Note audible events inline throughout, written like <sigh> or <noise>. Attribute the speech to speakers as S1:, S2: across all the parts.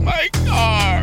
S1: My car!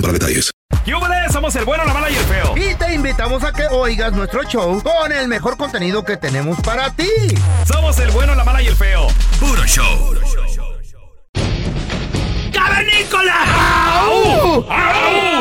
S2: para detalles.
S3: ¿Qué hubo de? Somos el bueno, la mala y el feo.
S4: Y te invitamos a que oigas nuestro show con el mejor contenido que tenemos para ti.
S3: Somos el bueno, la mala y el feo.
S2: Puro show.
S3: ¡Cavernícola! ¡Au!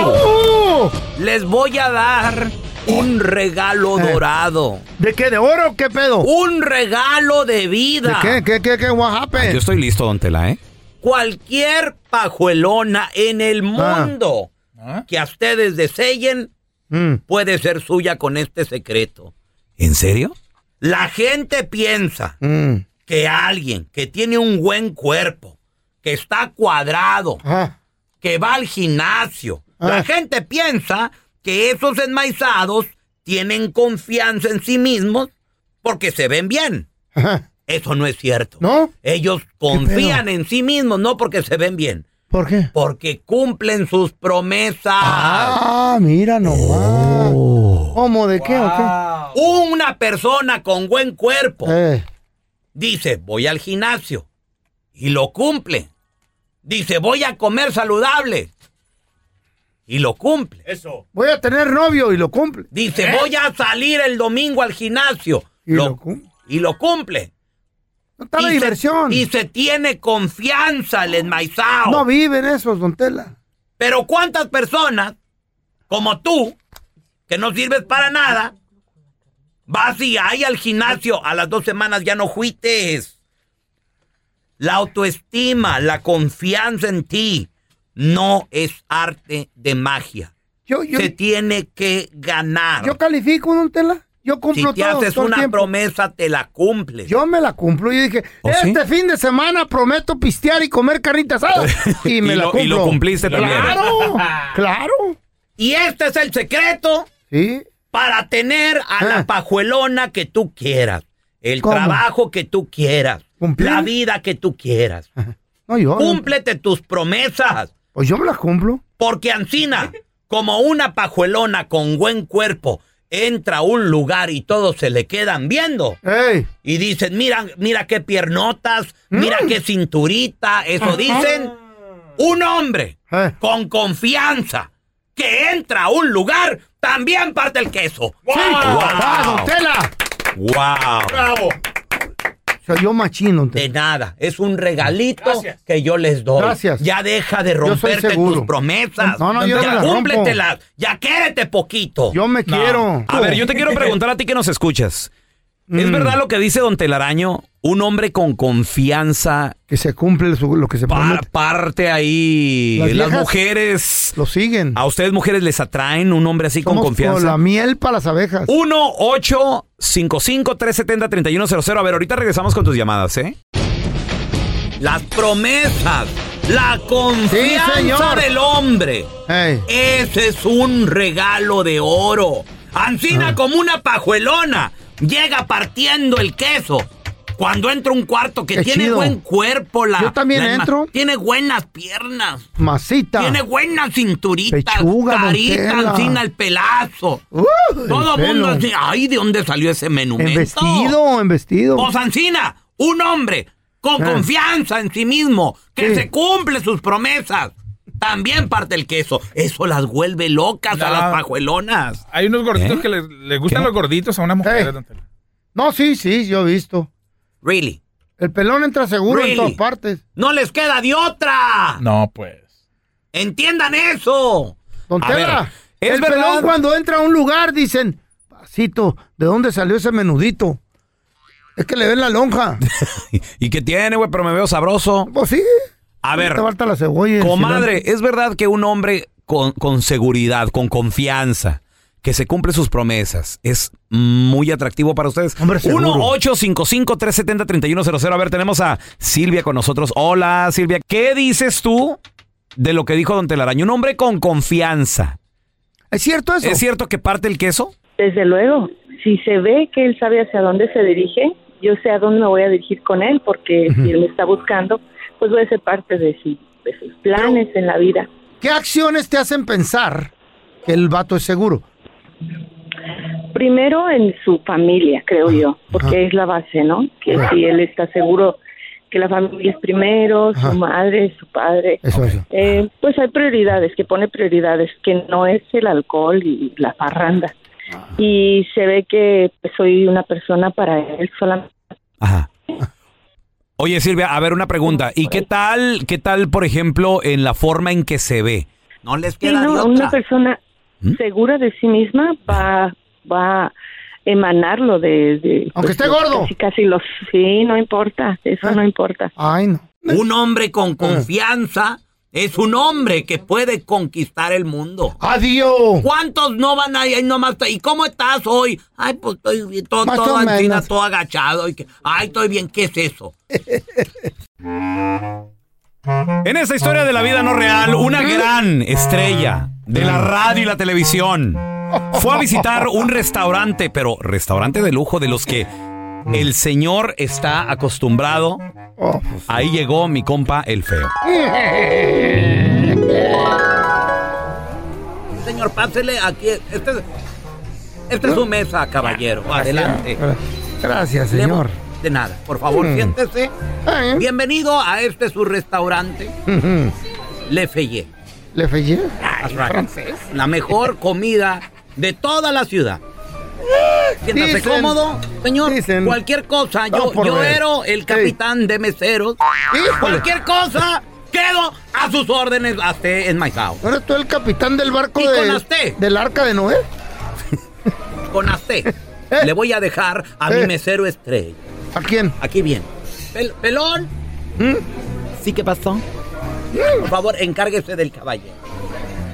S4: ¡Oh!
S5: Les voy a dar un regalo
S4: Eh.
S5: dorado.
S4: ¿De qué? ¿De oro? ¿Qué pedo?
S5: Un regalo de
S4: ¿De
S5: vida.
S4: qué? ¿Qué? ¿Qué? ¿Qué? ¿What happened?
S5: estoy listo, don Tela, ¿eh? Cualquier pajuelona en
S4: Ah.
S5: el mundo
S6: ¿Ah?
S5: que a ustedes deseen
S4: Mm.
S5: puede ser suya con este secreto.
S6: ¿En serio?
S5: La gente piensa
S4: Mm.
S5: que alguien que tiene un buen cuerpo, que está cuadrado,
S4: Ah.
S5: que va al gimnasio. La
S4: Ah.
S5: gente piensa que esos enmaizados tienen confianza en sí mismos porque se ven bien.
S4: Ajá.
S5: Eso no es cierto.
S4: ¿No?
S5: Ellos confían en sí mismos, no porque se ven bien,
S4: ¿Por qué?
S5: porque cumplen sus promesas.
S4: Ah, mira nomás.
S3: Oh.
S4: ¿Cómo? ¿De qué o
S5: Una persona con buen cuerpo
S4: qué? Eh.
S5: dice, voy al gimnasio y lo cumple. Dice, voy a comer saludable y lo cumple.
S4: Voy a tener novio y lo cumple.
S5: Dice, voy a salir el domingo al gimnasio.
S4: ¿Eh? Y lo cum-
S5: y lo cumple.
S4: No está la
S5: Y se-
S4: diversión.
S5: y se tiene confianza el enmaizao.
S4: No viven esos, don Tela.
S5: Pero ¿cuántas personas, como tú, que no sirves para nada, vas y ahí al gimnasio, a las dos semanas ya no juites? La autoestima, la confianza en ti, no es arte de magia.
S4: Yo, yo,
S5: se tiene que ganar.
S4: yo califico, don Tela. Yo
S5: si
S4: cumplo
S5: te
S4: todo,
S5: haces
S4: todo el
S5: una
S4: tiempo.
S5: promesa, te la cumples.
S4: Yo me la cumplo. Yo dije, este fin de semana prometo pistear y comer carnita asada. Y me la cumplo. Y lo cumpliste también. Claro, claro.
S5: <laughs> Y este es el secreto
S4: Sí.
S5: para tener a
S4: Ah.
S5: la pajuelona que tú quieras, el
S4: ¿Cómo?
S5: trabajo que tú quieras,
S4: ¿Cumplir?
S5: la vida que tú quieras.
S4: No, yo.
S5: Cúmplete tus promesas,
S4: Pues yo me la cumplo.
S5: porque Ancina, como una pajuelona con buen cuerpo, entra a un lugar y todos se le quedan viendo.
S4: ¡Ey!
S5: Y dicen, mira, mira qué piernotas, mira
S4: Mm.
S5: qué cinturita, eso dicen. Un hombre
S4: Eh.
S5: con confianza que entra a un lugar también parte el queso. ¡Wow!
S4: ¡Ah, don Tela!
S5: ¡Wow!
S4: O sea, yo machín, don
S5: De
S4: Tela.
S5: nada, es un regalito que yo les doy.
S4: Gracias.
S5: Ya deja de
S4: soy
S5: romperte
S4: seguro.
S5: tus promesas.
S4: No, no, yo no
S5: ya
S4: las rompo.
S5: cúmpletelas, ya quédate poquito.
S4: Yo me quiero. Mm.
S7: A ver, yo
S4: <laughs>
S7: te quiero preguntar a ti que nos escuchas. ¿Es verdad lo que dice Don Telaraño? Un hombre con confianza
S4: Que se cumple su- lo que se
S7: pa-
S4: promete.
S7: parte ahí.
S4: Las
S7: Las,
S4: viejas-
S7: mujeres.
S4: Lo siguen.
S5: Ah,
S7: ¿A ustedes mujeres les atraen un hombre así
S4: Somos
S7: con
S4: con la
S7: confianza?
S4: miel para las abejas.
S7: 1 8 55 370 3100 A ver, ahorita regresamos con tus llamadas, ¿eh?
S5: Las promesas, la confianza
S4: señor.
S5: del hombre.
S4: ¡Ey!
S5: Ese es un regalo de oro. Ancina
S4: Ah.
S5: como una pajuelona. Llega partiendo el queso. Cuando entra un cuarto que
S4: Qué
S5: tiene
S4: chido.
S5: buen cuerpo, la.
S4: Yo también
S5: la-
S4: entro.
S5: Tiene buenas piernas.
S4: Masita.
S5: Tiene buenas cinturitas.
S4: Pechuga, don
S5: carita,
S4: Tela.
S5: Ancina el pelazo.
S4: Uh, el
S5: Todo el
S4: pelo.
S5: mundo así. Ay, ¿de dónde salió ese menú?
S4: En vestido, en vestido.
S5: Pues Ancina, un hombre con
S4: Ah.
S5: confianza en sí mismo, que
S4: Sí.
S5: se cumple sus promesas,
S8: también parte el queso. Eso las vuelve locas a
S9: No.
S8: las pajuelonas.
S9: Hay unos gorditos
S8: ¿Eh?
S9: que les, les gustan
S8: ¿Qué?
S9: los gorditos a una mujer.
S4: Hey. No, sí, sí, yo he visto.
S8: Really.
S4: El pelón entra seguro
S8: Really?
S4: en todas partes.
S8: No les queda de otra.
S9: No, pues.
S8: Entiendan eso.
S4: Don
S8: A
S4: Tela,
S8: ver,
S5: ¿es
S4: el
S5: verdad?
S4: pelón
S8: <laughs>
S4: cuando entra a un lugar dicen, Pasito, ¿de dónde salió ese menudito? Es que le ven la
S8: <laughs>
S4: lonja.
S5: ¿Y qué tiene, güey? Pero me veo sabroso.
S4: pues sí.
S5: A ver,
S4: Te falta la cebolla. y el
S5: comadre, ¿es verdad que un hombre con, con seguridad, con confianza, que se cumple sus promesas, es muy atractivo para ustedes?
S4: Hombre, seguro.
S5: 1-855-370-3100. A ver, tenemos a Silvia con nosotros. Hola, Silvia. ¿Qué dices tú de lo que dijo Don Telaraño? Un hombre con confianza.
S4: ¿Es cierto eso?
S5: ¿Es cierto que parte el queso?
S10: Desde luego, si se ve que él sabe hacia dónde se dirige, yo sé a dónde me voy a dirigir con él, porque si él me está buscando, pues voy a ser parte de, su- de sus planes en la vida.
S4: ¿Qué acciones te hacen pensar que el vato es seguro?
S10: Primero en su familia, creo yo, porque
S4: Ajá.
S10: es la base, ¿no? Que
S4: Ajá.
S10: si él está seguro que la familia es primero, su
S4: Ajá.
S10: madre, su padre,
S4: Eso, eso.
S10: eh, pues hay prioridades, que pone prioridades, que no es el alcohol y la parranda.
S4: Ah.
S10: Y se ve que pues, soy una persona para él solamente.
S5: Oye, Silvia, a ver, una pregunta. ¿Y qué tal, qué tal, por ejemplo, en la forma en que se ve?
S8: No les
S10: Sí,
S8: queda
S10: no,
S8: de
S10: una
S8: otra.
S10: persona
S4: ¿Mm?
S10: segura de sí misma va, va a emanarlo de... de-
S4: Aunque esté
S10: los-
S4: gordo.
S10: Casi, casi los... Sí, no importa, eso
S1: Ah.
S10: no importa.
S4: Ay, no.
S8: Un hombre con confianza es un hombre que puede conquistar el mundo.
S4: Adiós.
S8: ¿Cuántos no van ahí, ahí nomás? ¿Y cómo estás hoy? Ay, pues estoy bien, todo,
S4: Más
S8: todo
S4: o
S8: así,
S4: menos.
S8: todo agachado. y que- ay, estoy bien, ¿qué es eso?
S5: En esta historia de la vida no real, una gran estrella de la radio y la televisión fue a visitar un restaurante, pero restaurante de lujo de los que el señor está acostumbrado. Ahí llegó mi compa el feo.
S8: Señor, pásele aquí. Esta este es su mesa, caballero. Adelante.
S4: Gracias,
S8: Le hemos-
S4: señor.
S8: De nada, por favor,
S4: Mm.
S8: siéntese.
S4: Ah, ¿eh?
S8: Bienvenido a este su restaurante,
S4: Ujú.
S8: Le Fayé.
S4: ¿Le fallé?
S8: That's right. La mejor comida de toda la ciudad. Siéntase
S4: Dicen.
S8: cómodo, señor.
S4: Dicen.
S8: Cualquier cosa, yo,
S4: Ah, por
S8: yo
S4: ver.
S8: era el capitán de meseros.
S4: Híjole.
S8: Cualquier cosa, quedo a sus órdenes a usted en Maizao.
S4: ¿No eres tú el capitán del barco
S8: Y con las
S4: de,
S8: T.
S4: del arca de Noé?
S8: Con
S4: <laughs>
S8: usted. Le voy a dejar a
S4: Eh.
S8: mi mesero estrella.
S4: ¿A quién?
S8: Aquí bien. Pel- pelón.
S5: ¿Mm?
S8: ¿Sí qué pasó? Por favor, encárguese del caballero.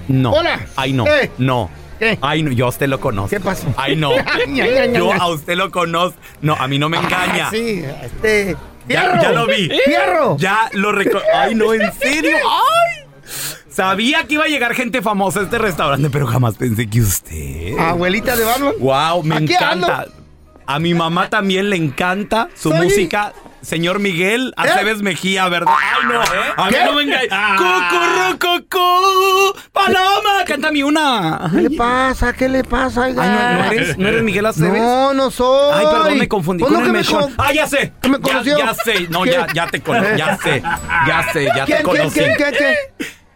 S5: No.
S4: Hola.
S5: Ay, no.
S4: Eh.
S5: No.
S4: ¿Qué?
S5: Ay, no, yo a usted lo conozco.
S4: ¿Qué pasó? <laughs>
S5: Ay, no.
S4: Ña, ña, ña,
S5: Yo
S4: ña.
S5: a usted lo conozco. No, a mí no me engaña.
S4: Ah, sí, este.
S5: Ya,
S4: ¡Fierro!
S5: ya lo vi.
S4: ¡Fierro!
S5: Ya lo reco... Ay, no, en
S4: <laughs>
S5: serio. Ay. Sabía que iba a llegar gente famosa a este restaurante, pero jamás pensé que usted.
S4: Abuelita de Batman.
S5: Wow, me
S4: Aquí
S5: encanta.
S4: ando.
S5: A mi mamá también le encanta su
S4: Soy- ¿Eh?
S5: música. Señor Miguel Aceves Mejía, ¿verdad? Ay, no, A mí
S4: ¿Qué? Ah.
S5: no me engaña. Cucurrucucú, paloma, cántame una.
S4: ¿Qué le pasa? ¿Qué le pasa? Oiga?
S5: Ay, no, no eres, no eres Miguel Aceves.
S4: Ah. No, no soy.
S5: Ay, perdón, me confundí
S4: Pues
S5: con
S4: no
S5: el
S4: que me
S5: mechón.
S4: con-
S5: Ah, ya sé.
S4: que me
S5: Ya-
S4: conoció.
S5: Ya, sé. No,
S4: ¿Qué?
S5: ya, ya te conozco. Ya sé. Ya sé, ya
S4: ¿Quién,
S5: te
S4: quién,
S5: conocí.
S4: quién, quién, quién?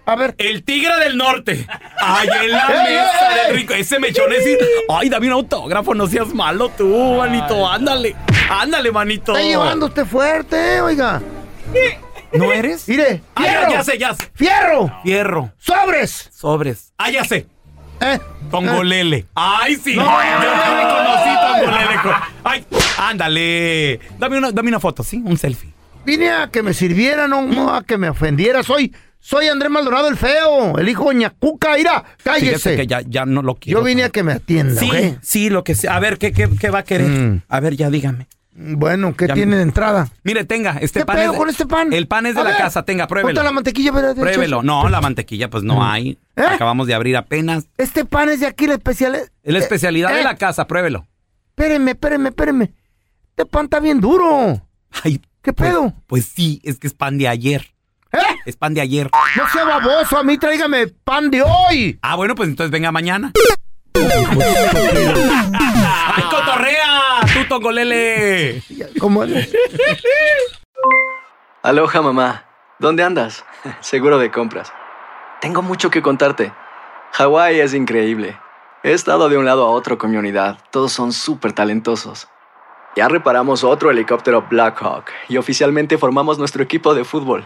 S4: A ver.
S5: El tigre del norte. Ay, en la
S4: <laughs> ¡Ey,
S5: mesa
S4: ey!
S5: del rico. Ese mechón es. Ay, dame un autógrafo, no seas malo tú, manito. Ándale. Ándale, manito.
S4: Está llevando usted fuerte, oiga.
S5: ¿No eres?
S4: Mire.
S5: Ah, ya,
S4: ¡Fierro!
S5: ya sé, ya sé.
S4: ¡Fierro!
S5: Fierro.
S4: ¡Sobres!
S5: Sobres. Ah, ya sé.
S4: ¿Eh?
S5: Tongolele. Ay, sí.
S4: No.
S5: Yo ya le conocí Tongolele. co- Ay, ándale. Dame una, dame una foto, ¿sí? Un selfie.
S4: Vine a que me sirviera, no, no a que me ofendiera. Soy, soy Andrés Maldonado el Feo, el hijo de Ñacuca. Mira,
S5: Fíjate que
S4: cállese.
S5: ya, ya no lo quiero.
S4: Yo vine a que me atienda,
S5: Sí,
S4: ¿ok?
S5: sí, lo que sea. A ver, ¿qué, qué, qué va a querer?
S4: Mm.
S5: A ver, ya dígame.
S4: Bueno, ¿qué
S5: Ya
S4: tiene
S5: me-
S4: de entrada?
S5: Mire, tenga, este
S4: ¿Qué
S5: pan.
S4: pedo
S5: es-
S4: con este pan?
S5: El pan es de
S4: A
S5: la
S4: ver,
S5: casa, tenga,
S4: Ponte
S5: pruébelo.
S4: la mantequilla, pero-
S5: Pruébelo. No, la mantequilla, pues no hay.
S4: ¿Eh?
S5: Acabamos de abrir apenas.
S4: Este pan es de aquí, la especial.
S5: Es la especialidad
S4: eh.
S5: de la casa, pruébelo.
S4: Espérenme, espérenme, espérenme. Este pan está bien duro.
S5: Ay,
S4: ¿Qué
S5: pues-
S4: pedo?
S5: Pues sí, es que es pan de ayer.
S4: ¿Eh?
S5: Es pan de ayer.
S4: No sea baboso, a mí tráigame pan de hoy.
S5: Ah, bueno, pues entonces venga mañana. ¡Ay, cotorrea! ¡Tú, Tongolele!
S4: Como
S11: <laughs> Aloha, mamá. ¿Dónde andas? Seguro de compras. Tengo mucho que contarte. Hawái es increíble. He estado de un lado a otro con mi unidad. Todos son súper talentosos. Ya reparamos otro helicóptero Blackhawk y oficialmente formamos nuestro equipo de fútbol.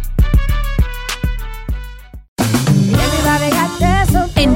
S12: En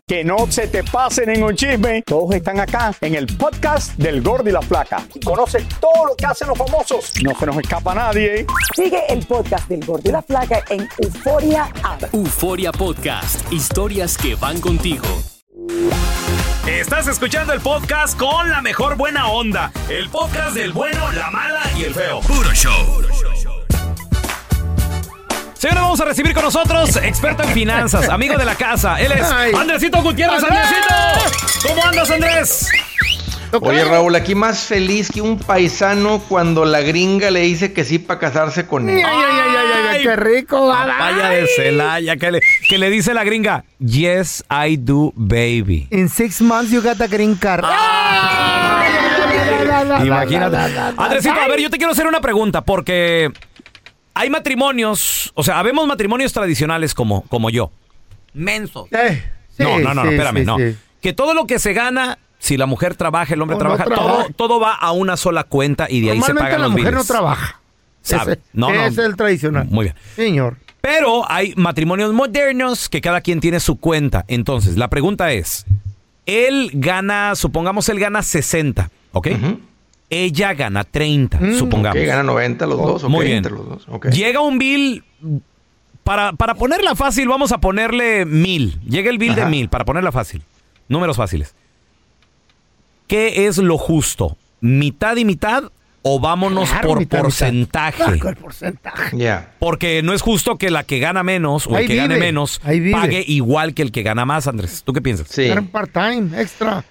S13: Que no se te pase ningún chisme. Todos están acá en el podcast del Gordi y la Flaca. Y conoce todo lo que hacen los famosos. No se nos escapa nadie. ¿eh?
S14: Sigue el podcast del Gordi y la Flaca en Euforia App.
S15: Euforia Podcast. Historias que van contigo.
S16: Estás escuchando el podcast con la mejor buena onda. El podcast del bueno, la mala y el feo. Puro show.
S5: Señores, vamos a recibir con nosotros experto en finanzas, amigo de la casa. Él es
S16: Ay.
S5: Andresito Gutiérrez.
S16: ¡Andrés!
S5: Andresito, ¿cómo andas, Andrés?
S1: Oye Raúl, aquí más feliz que un paisano cuando la gringa le dice que sí para casarse con él.
S4: Ay, ay, ay, ay, ay, qué rico,
S5: Vaya de Celaya, que le, que le dice la gringa, yes, I do, baby.
S4: In six months you got a green card.
S5: Imagínate. Andresito, a ver, yo te quiero hacer una pregunta porque hay matrimonios, o sea, habemos matrimonios tradicionales como, como yo.
S17: Menso.
S5: no, no, no, no,
S17: sí,
S5: espérame,
S17: sí,
S5: no.
S17: sí.
S5: Que todo lo que se gana, si la mujer trabaja, el hombre trabaja, todo, todo va a una sola cuenta y de ahí se
S4: Normalmente
S5: pagan
S4: la
S5: los
S4: mujer no
S5: biles.
S4: trabaja.
S5: Sabe.
S4: Ese-
S5: No, no.
S4: ese es el tradicional.
S5: Muy bien.
S4: Señor.
S5: Pero hay matrimonios modernos que cada quien tiene su cuenta. Entonces, la pregunta es, él gana, supongamos él gana 60, ¿ok? Ella gana 30, supongamos.
S1: ok, gana 90 los dos, ok,
S5: Muy bien.
S1: entre los dos, ok.
S5: Llega un bill, para, para ponerla fácil, vamos a ponerle mil. Llega el bill de mil, para ponerla fácil. Números fáciles. ¿Qué es lo justo? ¿Mitad y mitad o vámonos
S4: Claro,
S5: por
S4: mitad, mitad.
S5: porcentaje?
S4: Claro, el porcentaje.
S5: Porque no es justo que la que gana menos o el
S4: Ahí
S5: que gane
S4: vive,
S5: menos
S4: ahí vive.
S5: pague igual que el que gana más, Andrés. ¿Tú qué piensas?
S1: Sí.
S4: Era part-time, extra.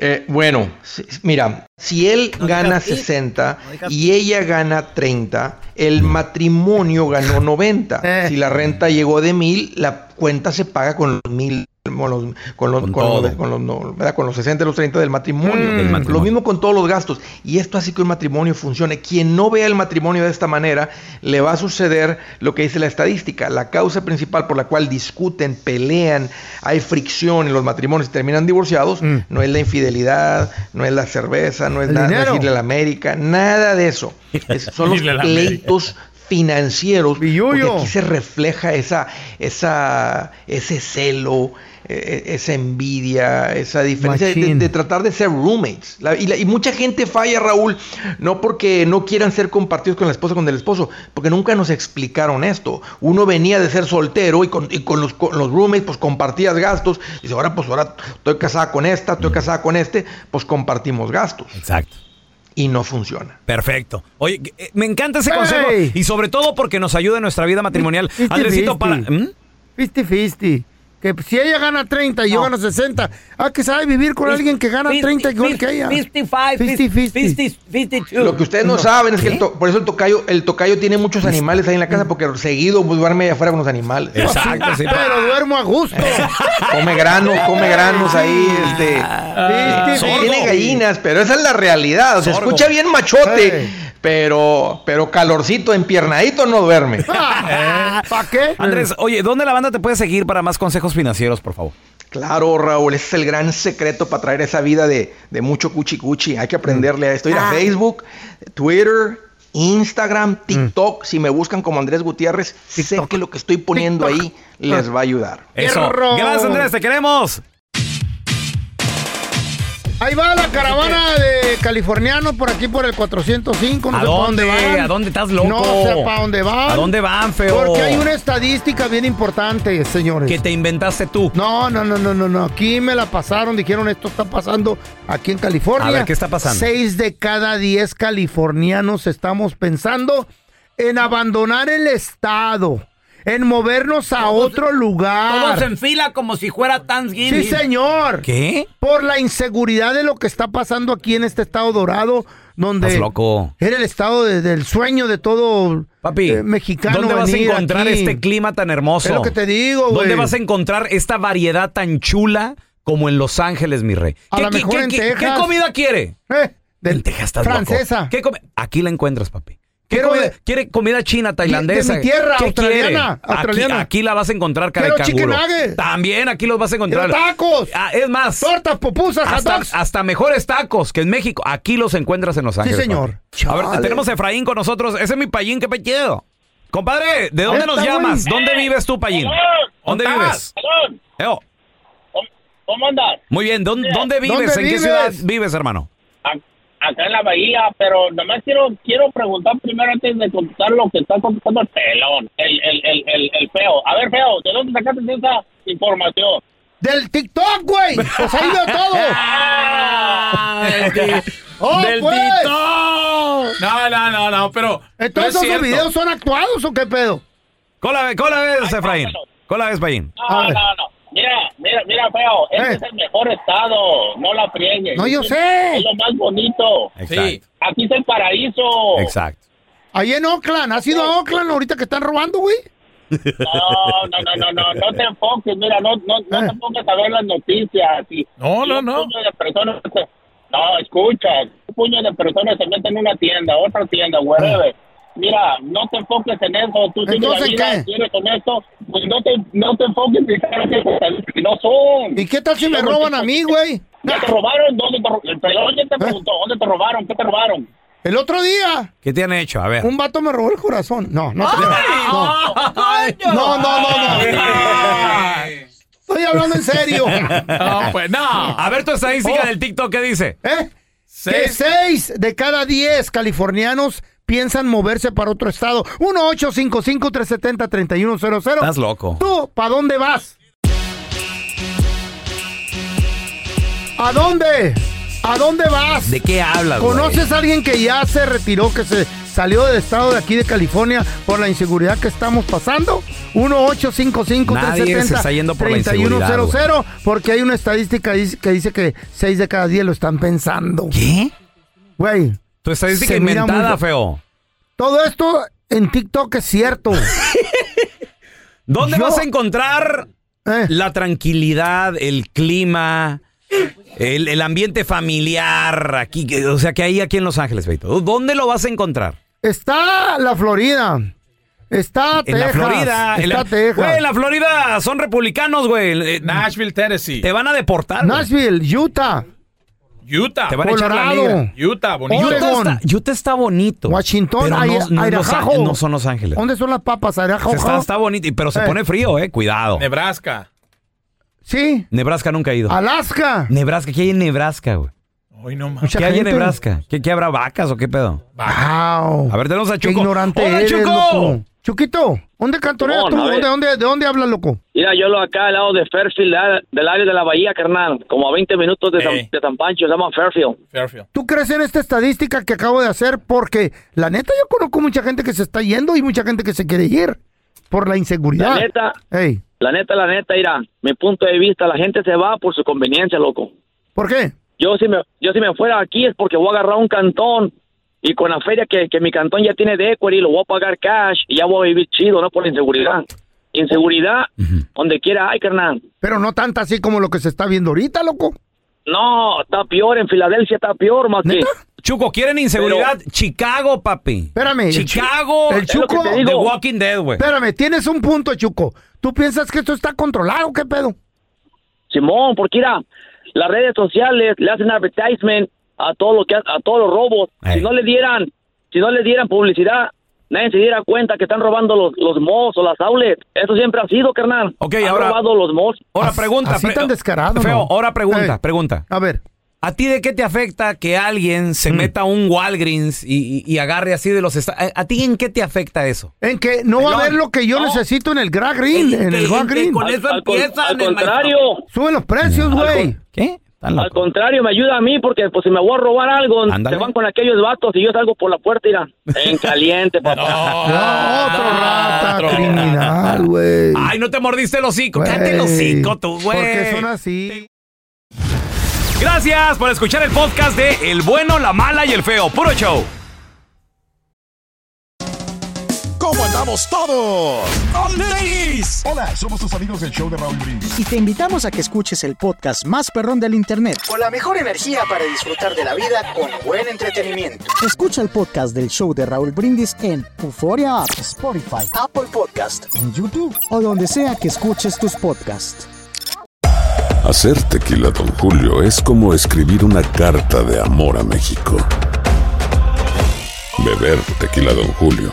S1: Eh, bueno, si- mira, si él gana 60 y ella gana 30, el matrimonio ganó 90. Si la renta llegó de 1000, la cuenta se paga con los 1000. Con los, con los, con los-
S5: todo.
S1: con los- no, ¿verdad? Con los 60 y los 30 del matrimonio.
S5: Mm. Del matrimonio.
S1: Lo mismo con todos los gastos. Y esto hace que un matrimonio funcione. Quien no vea el matrimonio de esta manera, le va a suceder lo que dice la estadística. La causa principal por la cual discuten, pelean, hay fricción en los matrimonios y terminan divorciados, no es la infidelidad, no es la cerveza, no es,
S4: El
S1: la, no es
S4: dinero.
S1: irle a la América, nada de eso. Es- son los
S4: Irle a la
S1: pleitos financieros. Porque
S4: Billuyo.
S1: aquí se refleja esa, esa, ese celo, eh, eh, esa envidia, esa diferencia de- de-
S4: Machín.
S1: de tratar de ser roommates. La- y, la- y mucha gente falla, Raúl, no porque no quieran ser compartidos con la esposa, con el esposo, porque nunca nos explicaron esto. Uno venía de ser soltero y con, y con los, con los roommates, pues compartías gastos. Dice, ahora pues ahora estoy casada con esta, estoy casada con este, pues compartimos gastos.
S5: Exacto.
S1: Y no funciona.
S5: Perfecto. Oye, que- eh, me encanta ese
S1: ¡Ey!
S5: consejo y sobre todo porque nos ayuda en nuestra vida matrimonial. Andresito, para... ¿Mm?
S4: 50-50. Que si ella gana 30 y yo gano 60, ah, que sabe vivir con alguien que gana 30 igual que ella.
S17: 55, 52.
S1: Lo que ustedes no, saben es que el to- por eso el tocayo, el tocayo tiene muchos animales ahí en la casa porque seguido pues, duerme allá afuera con los animales.
S5: Exacto, sí.
S4: Pero duermo
S1: <laughs>
S4: a gusto.
S1: Come granos, come granos ahí, este. Tiene-
S4: sí, sí.
S1: tiene gallinas, pero esa es la realidad. O sea,
S4: Sorgo.
S1: escucha bien machote, pero, pero calorcito, empiernadito no duerme.
S4: <laughs> ¿Para qué?
S1: Ah,
S5: Andrés, oye, ¿dónde la banda te puede seguir para más consejos financieros, por favor?
S1: Claro, Raúl, ese es el gran secreto para traer esa vida de, de mucho cuchi cuchi.
S5: Mm.
S1: Hay que aprenderle a esto. Ir
S5: Ah.
S1: a Facebook, Twitter,
S5: Mm.
S1: Instagram, TikTok. Si me buscan como Andrés Gutiérrez, sé que lo que estoy poniendo ahí les va a ayudar.
S5: Eso. Gracias, Andrés, te queremos.
S4: Ahí va la caravana de californianos por aquí por el 405. No
S5: ¿A
S4: sé pa'
S5: dónde?
S4: van.
S5: ¿A dónde estás loco?
S4: No sé para dónde van.
S5: ¿A dónde van, feo?
S4: Porque hay una estadística bien importante, señores.
S5: Que te inventaste tú.
S4: No, no, no, no, no, no. Aquí me la pasaron, dijeron esto está pasando aquí en California.
S5: A ver, ¿qué está pasando?
S4: Seis de cada diez californianos estamos pensando en abandonar el estado, en movernos a otro lugar.
S8: Todos en fila como si fuera Thanksgiving.
S4: Sí, señor.
S5: ¿Qué?
S4: Por la inseguridad de lo que está pasando aquí en este estado dorado, donde
S5: Estás loco.
S4: era el estado de- del sueño de todo
S5: Papi,
S4: eh, mexicano.
S5: ¿Dónde vas a
S4: venir
S5: encontrar
S4: aquí.
S5: este clima tan hermoso?
S4: Es lo que te digo,
S5: ¿Dónde
S4: güey.
S5: vas a encontrar esta variedad tan chula como en Los Ángeles, mi rey?
S4: A
S5: ¿Qué-
S4: lo
S5: qué-
S4: mejor
S5: qué-
S4: en
S5: qué-
S4: Texas.
S5: ¿Qué comida quiere?
S4: Eh, de-
S5: En Texas estás loco.
S4: francesa.
S5: ¿Qué come- Aquí la encuentras, papi. ¿Qué
S4: Quiero
S5: comida-
S4: de-
S5: ¿Quiere comida china, tailandesa?
S4: mi tierra,
S5: ¿Qué
S4: australiana,
S5: quiere?
S4: australiana.
S5: Aquí, aquí la vas a encontrar, cara de
S4: Quiero chicken
S5: canguro.
S4: nuggets.
S5: También aquí los vas a encontrar.
S4: Quiero tacos.
S5: Ah, es más.
S4: Tortas, pupusas, hot
S5: Hasta,
S4: dogs.
S5: hasta mejores tacos que en México. Aquí los encuentras en Los Ángeles.
S4: señor.
S5: papi. A ver,
S4: Chale.
S5: tenemos a Efraín con nosotros. Ese es mi payín, qué pechedo. Compadre, ¿de dónde
S4: Ahí
S5: nos
S4: está,
S5: llamas?
S4: güey.
S5: ¿Dónde vives tú, payín? ¿Dónde vives? Eo,
S18: ¿Cómo andas?
S5: muy bien, ¿dón- ¿dónde vives?
S18: ¿Dónde
S5: ¿En qué
S18: vives?
S5: ciudad vives, hermano?
S18: A- acá en la bahía, pero nomás quiero quiero preguntar primero antes de contestar lo que está contestando el pelón, el, el, el, el, el feo. A ver, feo, ¿de dónde sacaste esa información?
S4: Del TikTok, güey. Pues ahí veo
S5: <laughs>
S4: todo. ¡Ah! ¡Oh,
S19: del
S4: pues!
S19: TikTok. No, no, no, no, pero.
S4: ¿Entonces
S19: no es
S4: esos
S19: cierto.
S4: videos son actuados o qué pedo?
S5: Cola, cola ves, Efraín. Cola ves, payín.
S18: No, no, no. Mira, mira, mira, feo, este es el mejor estado, no la friegues.
S4: Eh. No, yo
S18: Es-
S4: sé.
S18: Es lo más bonito.
S5: Exacto.
S18: Aquí es el
S1: Oh.
S18: paraíso.
S5: Exacto.
S4: Ahí en Oakland. ¿Has ido a Oakland ahorita que están robando, güey?
S18: No, no, no, no, no, no te enfoques, mira, no, no, no
S4: Eh.
S18: te pongas a ver las noticias. y-
S19: No,
S18: y
S19: no,
S18: un
S19: no.
S18: puño de personas se- no, escucha, un puño de personas se meten en una tienda, otra tienda, whatever. Mira, no te enfoques en eso, tú sigues la
S4: Eh. ¿Entonces
S18: vida,
S4: qué?
S18: sigues con esto, pues no te, no te enfoques en cosas que no son.
S4: ¿Y qué tal si me
S18: Somos
S4: roban
S18: tipos
S4: a mí,
S18: que-
S4: güey?
S18: ¿Ya te robaron? ¿Dónde te robaron? El pelón ya te preguntó, ¿dónde te robaron? ¿Qué te robaron?
S4: El otro día,
S5: ¿Qué te han hecho? A ver. <laughs>
S4: un vato me robó el corazón. No, no te creas. No. No, no, no, no. Estoy hablando en
S5: <laughs>
S4: serio. ¿Eh?
S19: No, pues no.
S5: A ver tu estadística
S4: Oh.
S5: del TikTok, ¿qué dice?
S4: ¿Eh? Que
S5: Seis.
S4: seis de cada diez californianos piensan moverse para otro estado. 1-855-370-3100.
S5: Estás loco.
S4: ¿Tú, para dónde vas? ¿A dónde? ¿A dónde vas?
S5: ¿De qué hablas, güey?
S4: ¿Conoces a alguien que ya se retiró, que se salió del estado de aquí de California por la inseguridad que estamos pasando? 1-855-370-3100.
S5: Nadie se está yendo por la inseguridad, güey.
S4: Porque hay una estadística dis- que dice que 6 de cada 10 lo están pensando.
S5: ¿Qué?
S4: Güey,
S5: Tu estadística
S4: Se mira
S5: inventada,
S4: muy-
S5: feo.
S4: todo esto en TikTok es
S5: <laughs>
S4: cierto.
S5: ¿Dónde
S4: Yo-
S5: vas a encontrar
S4: Eh,
S5: la tranquilidad, el clima, el, el ambiente familiar aquí? que- O sea, que hay aquí en Los Ángeles, Feito. ¿Dónde lo vas a encontrar?
S4: Está la Florida. Está
S5: En
S4: Texas.
S5: la Florida.
S4: Está
S5: en la,
S4: Texas.
S5: Güey, en la Florida son republicanos, güey. Eh,
S19: Nashville, Tennessee.
S5: Te van a deportar. güey.
S4: Nashville, Utah,
S19: Utah.
S5: Te van a echar la
S4: Colorado.
S5: liga.
S19: Utah, bonito.
S5: Ah, Utah
S4: Oregon.
S5: está, Utah está bonito.
S4: Washington,
S5: pero no-
S4: Aira-
S5: no, es Los
S4: Airajajo.
S5: Ángeles, no son Los Ángeles.
S4: ¿Dónde son las papas? Airajajo.
S5: Está, está bonito, y- pero se
S4: Eh.
S5: pone frío, eh. Cuidado.
S19: Nebraska.
S4: Sí.
S5: Nebraska nunca ha ido.
S4: Alaska.
S5: Nebraska, ¿qué hay en Nebraska, güey?
S19: Hoy no más.
S4: Mucha
S5: ¿Qué hay en
S4: gente.
S5: Nebraska? ¿Qué, qué habrá vacas o qué pedo?
S4: Wow.
S5: A ver, tenemos a
S4: Qué
S5: Chuco.
S4: ignorante
S5: ¡Hola,
S4: eres,
S5: Chuco!
S4: loco. Chuquito, ¿dónde cantoneas
S1: Simón,
S4: tú?
S1: a ver.
S4: ¿Dónde, dónde, ¿De dónde hablas, loco?
S1: Mira, yo lo acá al lado de Fairfield, la- del área de la bahía, carnal, como a 20 minutos de, San, de San Pancho, se llama Fairfield.
S19: Fairfield.
S4: ¿Tú crees en esta estadística que acabo de hacer? Porque la neta yo conozco mucha gente que se está yendo y mucha gente que se quiere ir por la inseguridad.
S1: La neta,
S4: Ey,
S1: la neta, la neta, mira, mi punto de vista, la gente se va por su conveniencia, loco.
S4: ¿Por qué?
S1: Yo si me, yo si me fuera aquí es porque voy a agarrar un cantón y con la feria que, que mi cantón ya tiene de equity, lo voy a pagar cash y ya voy a vivir chido, no por la inseguridad. Inseguridad, donde quiera hay, carnal.
S4: Pero no tanta así como lo que se está viendo ahorita, loco.
S1: No, está peor, en Filadelfia está peor, más que...
S5: Chuco, ¿quieren inseguridad? Chicago, papi.
S4: Espérame. el Chu-
S5: Chicago.
S4: El Chuco.
S5: The Walking Dead, güey.
S4: Espérame, tienes un punto, Chuco. ¿Tú piensas que esto está controlado? ¿Qué pedo?
S1: Simón, porque mira, las redes sociales le hacen advertisement a todo lo que ha- a todos los robos. Si no le dieran, si no le dieran publicidad, nadie se diera cuenta que están robando los, los malls o las outlets. Eso siempre ha sido, carnal.
S5: Ok,
S1: Han
S5: ahora-
S1: robado los malls.
S5: Ahora pregunta.
S4: así tan descarado,
S5: Feo,
S4: ¿no?
S5: ahora pregunta,
S4: Ey.
S5: pregunta.
S4: A ver,
S5: ¿A ti de qué te afecta que alguien
S4: Mm.
S5: se meta a un Walgreens y, y- y agarre así de los... esta- eh, ¿A a ti en qué te afecta eso?
S4: En que no va a haber lo que yo necesito en el Grand Green, en el Grand Green.
S1: Al contrario.
S4: Suben los precios, Pues, güey.
S5: ¿Qué?
S1: Al contrario, me ayuda a mí porque pues si me voy a robar algo, se van con aquellos vatos y yo salgo por la puerta y irán
S5: <laughs>
S1: en caliente,
S5: Oh,
S4: <laughs>
S1: papá.
S4: Ah, Otro criminal, güey.
S5: Ay, no te mordiste el hocico.
S4: Güey.
S5: Cállate el hocico, tú, güey.
S4: Porque son así.
S5: Gracias por escuchar el podcast de El Bueno, la Mala y el Feo. Puro show.
S20: ¿Cómo andamos todos?
S21: Hola, somos tus amigos del show de Raúl Brindis.
S6: Y te invitamos a que escuches el podcast más perrón del internet.
S22: Con la mejor energía para disfrutar de la vida con buen entretenimiento.
S6: Escucha el podcast del show de Raúl Brindis en Euforia App, Spotify,
S22: Apple Podcast.
S6: en YouTube o donde sea que escuches tus podcasts.
S23: Hacer tequila, Don Julio, es como escribir una carta de amor a México. Beber tequila, Don Julio,